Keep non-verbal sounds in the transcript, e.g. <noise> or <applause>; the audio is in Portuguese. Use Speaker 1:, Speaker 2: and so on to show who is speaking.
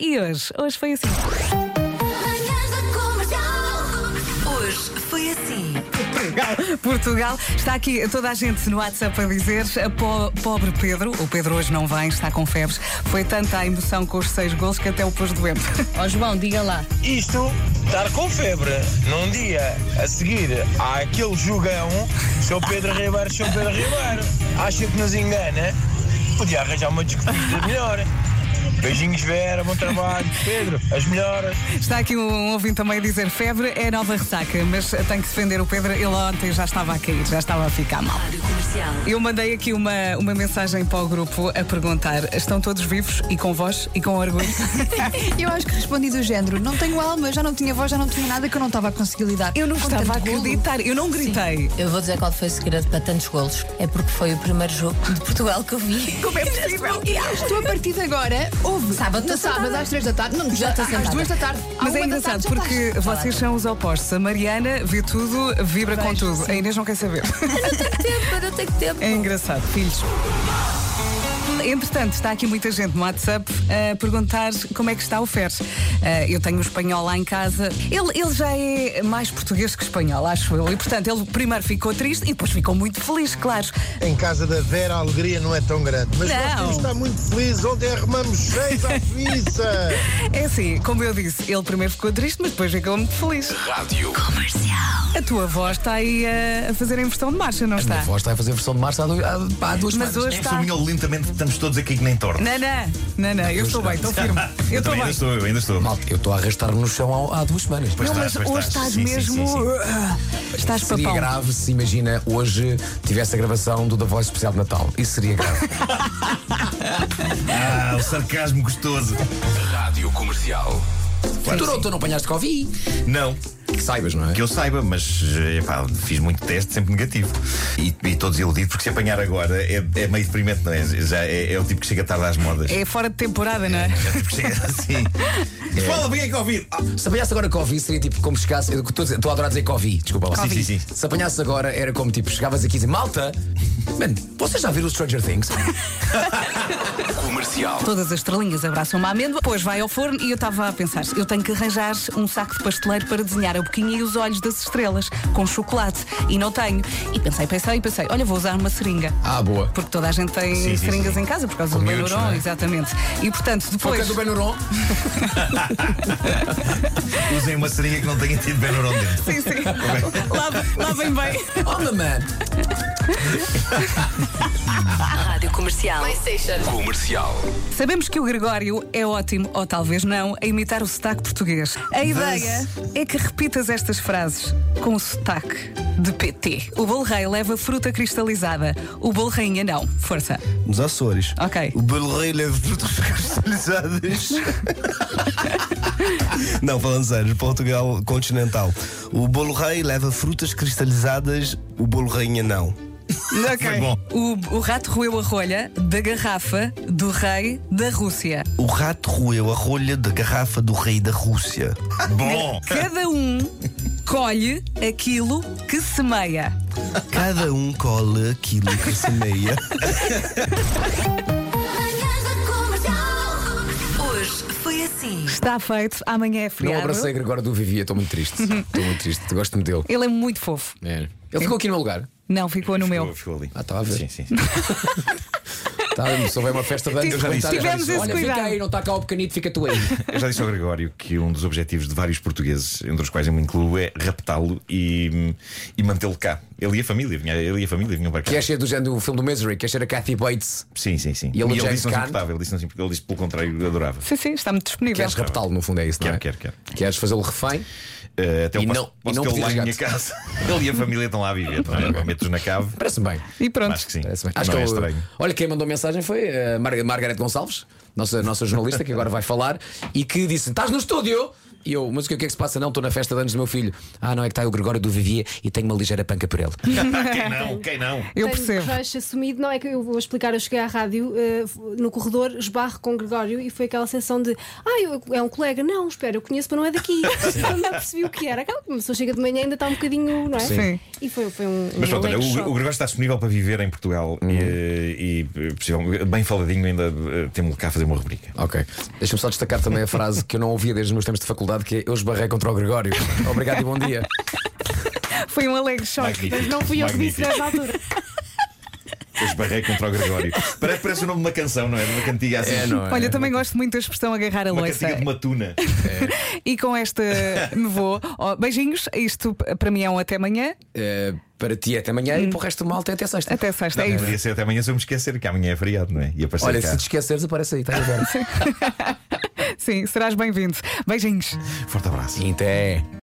Speaker 1: E hoje? Hoje foi assim.
Speaker 2: Manhãs da Comercial. Hoje foi assim.
Speaker 1: Portugal, Portugal. Está aqui toda a gente no WhatsApp a dizer a po- pobre Pedro, o Pedro hoje não vem, está com febres. Foi tanta a emoção com os seis gols que até o pôs doente. <laughs>
Speaker 3: Ó João, diga lá.
Speaker 4: Isto, estar com febre, num dia a seguir àquele jogão, seu Pedro Ribeiro, seu Pedro Ribeiro, acha que nos engana? Podia arranjar uma despedida melhor. Beijinhos, Vera, bom trabalho. Pedro, as melhoras.
Speaker 1: Está aqui um ouvinte também a dizer febre é nova ressaca, mas tem que defender o Pedro. Ele ontem já estava a cair, já estava a ficar mal.
Speaker 2: Rádio Comercial.
Speaker 1: Eu mandei aqui uma, uma mensagem para o grupo a perguntar: estão todos vivos e com voz e com orgulho?
Speaker 3: Eu acho que respondi do género: não tenho alma, já não tinha voz, já não tinha nada que eu não estava a conseguir lidar.
Speaker 1: <laughs> Eu não
Speaker 3: Com
Speaker 1: estava a
Speaker 3: tanto golo.
Speaker 1: acreditar, eu não gritei.
Speaker 5: Eu vou dizer qual foi o segredo para tantos golos. É porque foi o primeiro jogo de Portugal que eu vi. <laughs>
Speaker 1: Como é possível?
Speaker 3: Estou a partir de agora, ouve.
Speaker 5: Sábado,
Speaker 3: no
Speaker 5: estou
Speaker 3: sábado
Speaker 5: sentada.
Speaker 3: às três da tarde, não, já
Speaker 5: estou
Speaker 3: às
Speaker 5: sentada.
Speaker 3: duas da tarde. à
Speaker 1: Mas
Speaker 3: uma
Speaker 1: é
Speaker 3: da tarde
Speaker 1: engraçado
Speaker 3: já
Speaker 1: porque
Speaker 3: estás.
Speaker 1: vocês são os opostos. A Mariana vê tudo, vibra com
Speaker 3: Vejo,
Speaker 1: tudo. A Inês não quer saber.
Speaker 5: Mas eu tenho tempo.
Speaker 1: É engraçado, filhos. Entretanto, está aqui muita gente no WhatsApp a perguntar como é que está o Fer. Ah, eu tenho um espanhol lá em casa. Ele, ele já é mais português que espanhol, acho eu. E, portanto, ele primeiro ficou triste e depois ficou muito feliz, claro.
Speaker 6: Em casa da Vera a alegria não é tão grande, mas
Speaker 1: Não.
Speaker 6: nós temos de estar muito felizes. Ontem arrumamos seis à Suíça.
Speaker 1: É assim, como eu disse, ele primeiro ficou triste, mas depois ficou muito feliz. Rádio Comercial. A tua voz está aí a, a fazer a inversão de marcha, não está?
Speaker 7: Minha voz está a fazer versão de março há, dois- há- pá, há duas
Speaker 1: Mas
Speaker 7: semanas.
Speaker 1: hoje está.
Speaker 8: Sumiu lentamente, estamos todos aqui que nem torno.
Speaker 1: Não, não, não, não, eu estou bem, estou firme. Eu estou
Speaker 8: também
Speaker 1: bem.
Speaker 8: ainda estou, eu ainda estou.
Speaker 7: Malta, eu estou a arrastar-me no chão há, há duas semanas.
Speaker 8: Pois
Speaker 1: Não, mas
Speaker 8: estás, pois
Speaker 1: hoje
Speaker 8: estás.
Speaker 1: estás
Speaker 8: Sim, sim,
Speaker 1: mesmo. uh,
Speaker 8: sim, sim.
Speaker 1: Estás
Speaker 7: Seria
Speaker 1: papão.
Speaker 7: grave se, imagina, hoje tivesse a gravação do The Voice especial de Natal. Isso seria grave.
Speaker 8: Ah, o sarcasmo gostoso.
Speaker 9: Rádio Comercial.
Speaker 7: tu, não, tu não apanhaste Covid?
Speaker 8: Não.
Speaker 7: Que saibas, não é?
Speaker 8: Que eu saiba, mas eh, pá, fiz muito teste, sempre negativo. E e estou desiludido porque se apanhar agora é, é meio deprimente, não é? Já é, é o tipo que chega tarde às modas.
Speaker 1: É fora de temporada, não é?
Speaker 8: É o tipo que chega <laughs> assim. Fala, peguei Covid! Ah,
Speaker 7: Se apanhasse agora Covid, seria tipo como chegasse. eu Estou a dizer- estou a adorar dizer Covid, desculpa lá.
Speaker 8: Sim, sim, sim.
Speaker 7: Se apanhasse agora, era como tipo, chegavas aqui e dizia, malta, mano, vocês já viram o Stranger
Speaker 8: <laughs>
Speaker 7: Things?
Speaker 9: Comercial.
Speaker 1: Todas as estrelinhas abraçam uma amêndoa, depois vai ao forno e eu estava a pensar: eu tenho que arranjar um saco de pasteleiro para desenhar a boquinha e os olhos das estrelas com chocolate. E não tenho. E pensei, pensei, pensei: olha, vou usar uma seringa.
Speaker 7: Ah, boa.
Speaker 1: Porque toda a gente tem
Speaker 8: Sim, sim,
Speaker 1: seringas
Speaker 8: sim.
Speaker 1: em casa por causa
Speaker 8: Com
Speaker 1: do
Speaker 8: miúdos,
Speaker 1: Benuron,
Speaker 8: não é?
Speaker 1: exatamente. E portanto,
Speaker 7: Por
Speaker 1: depois.
Speaker 7: causa do Benuron?
Speaker 8: Usem uma seringa que não tenha tido bem no
Speaker 1: <laughs>
Speaker 8: dentro.
Speaker 1: Sim, sim. Lavem lavem bem.
Speaker 7: Oh, mamãe.
Speaker 2: Rádio Comercial.
Speaker 9: Comercial.
Speaker 1: Sabemos que o Gregório é ótimo, ou talvez não, a imitar o sotaque português. A ideia é que repitas estas frases com o sotaque de PT. O bolo rei leva fruta cristalizada, o bolo rainha não. Força.
Speaker 4: Nos Açores.
Speaker 1: Ok.
Speaker 4: belo rei leva frutas cristalizadas. Não, falando sério, Portugal continental. O bolo rei leva frutas cristalizadas, o bolo rainha não.
Speaker 8: Foi bom.
Speaker 1: O, o rato roeu a rolha da garrafa do rei da Rússia.
Speaker 4: O rato roeu a rolha da garrafa do rei da Rússia.
Speaker 8: Ah, Bom!
Speaker 1: Cada um colhe aquilo que semeia.
Speaker 4: Cada um cola aquilo que semeia.
Speaker 2: Manhãs da Comercial. Hoje foi assim.
Speaker 1: Está feito, amanhã é
Speaker 7: Não
Speaker 1: feriado.
Speaker 7: abracei Gregório do Vivi, eu estou muito triste. Estou muito triste, gosto muito dele.
Speaker 1: Ele é muito fofo.
Speaker 7: É. Ele ficou aqui no meu lugar.
Speaker 1: Não, ficou no meu.
Speaker 8: Ficou, ficou ali.
Speaker 7: Ah, estava a ver.
Speaker 8: Sim, sim, sim.
Speaker 7: Tá, se houver uma festa de
Speaker 1: Tive-
Speaker 7: anos,
Speaker 1: já
Speaker 8: disse.
Speaker 1: Tivemos esse
Speaker 7: Olha,
Speaker 1: cuidado.
Speaker 7: fica aí, não está cá o pequenito, fica <laughs> tu aí.
Speaker 8: Eu já disse ao Gregório que um dos objetivos de vários portugueses, entre os quais eu me incluo, é raptá-lo e, e mantê-lo cá. Ele e a família, vinha, ele e a família vinham para cá.
Speaker 7: Que é cheio do género do filme do Misery, que é cheio da Kathy Bates.
Speaker 8: Sim, sim, sim.
Speaker 7: E ele já
Speaker 8: disse que não se
Speaker 7: canta?
Speaker 8: importava, ele disse, que não se importava, ele disse que, pelo contrário, adorava.
Speaker 1: Sim, sim, está muito disponível.
Speaker 7: Queres raptá-lo, no fundo, é isso, não é?
Speaker 8: Quero, quero,
Speaker 7: Queres fazê-lo refém?
Speaker 8: Eh, até
Speaker 7: E
Speaker 8: eu posso,
Speaker 7: não- e
Speaker 8: posso
Speaker 7: não
Speaker 8: tê-lo
Speaker 7: pedir
Speaker 8: lá em minha
Speaker 7: resgate.
Speaker 8: casa. <laughs> ele e a família estão lá a viver, não é? Metes na cave.
Speaker 7: Parece-me bem.
Speaker 1: E pronto.
Speaker 8: Acho que sim.
Speaker 7: Parece-me bem.
Speaker 8: não é
Speaker 7: eu-
Speaker 8: estranho.
Speaker 7: Olha, quem mandou mensagem foi eh, a Mar- Margarete Gonçalves, nossa, nossa jornalista, que agora vai falar, e que disse: Estás no estúdio? E eu, mas o que é que é que se passa? Não, estou na festa de anos do meu filho. Ah, não, é que está aí o Gregório do Vivier e tenho uma ligeira panca por
Speaker 8: <laughs>
Speaker 7: ele.
Speaker 8: <laughs> Quem não? Quem não?
Speaker 1: Eu
Speaker 10: Tenho
Speaker 1: percebo.
Speaker 10: crush assumido, não é que eu vou explicar, eu cheguei à rádio eh, no corredor, esbarro com o Gregório e foi aquela sensação de ah, eu- é um colega, não, espera, eu conheço, mas não é daqui.
Speaker 1: <laughs>
Speaker 10: <laughs> Eu não percebi o que era. Aquela pessoa chega de manhã e ainda está um bocadinho, não é?
Speaker 1: Sim.
Speaker 10: E foi, foi um.
Speaker 8: Mas
Speaker 10: um
Speaker 8: pronto, olha, o,
Speaker 10: alegre
Speaker 8: o
Speaker 10: choque.
Speaker 8: Gregório está disponível para viver em Portugal
Speaker 7: Uhum.
Speaker 8: e, e, eh, possivelmente, bem faladinho, ainda eh, temos-lhe cá a fazer uma rubrica.
Speaker 7: Ok. Deixa-me só destacar também a frase que eu não ouvia desde os meus tempos de faculdade, que é eu esbarrei contra o
Speaker 8: <laughs>
Speaker 7: Gregório. Obrigado e bom dia.
Speaker 1: Foi um alegre choque.
Speaker 8: Magnífico.
Speaker 10: Mas não fui eu que disse né?
Speaker 8: Magnífico.
Speaker 10: nessa altura.
Speaker 8: Eu esbarrei contra o Gregório. Parece, parece o nome de uma canção, não é? De uma cantiga assim.
Speaker 7: É, não é?
Speaker 1: Olha, também gosto muito da expressão agarrar a
Speaker 8: Uma
Speaker 1: loiça.
Speaker 8: cantiga de
Speaker 1: <laughs>
Speaker 8: uma tuna.
Speaker 1: E com esta nevô, oh, beijinhos. Isto p- para mim é um até amanhã.
Speaker 7: Eh, para ti é até amanhã e para o resto do malta é até sexta.
Speaker 1: Até sexta. É isso. <laughs>
Speaker 8: Podia ser até amanhã se eu me esquecer, que amanhã é feriado, não é? E aparecer
Speaker 7: Olha,
Speaker 8: cá.
Speaker 7: se te esqueceres, aparece aí, tá? estás a ver?
Speaker 1: Sim, serás bem-vindo. Beijinhos.
Speaker 8: Forte abraço.
Speaker 7: Então é.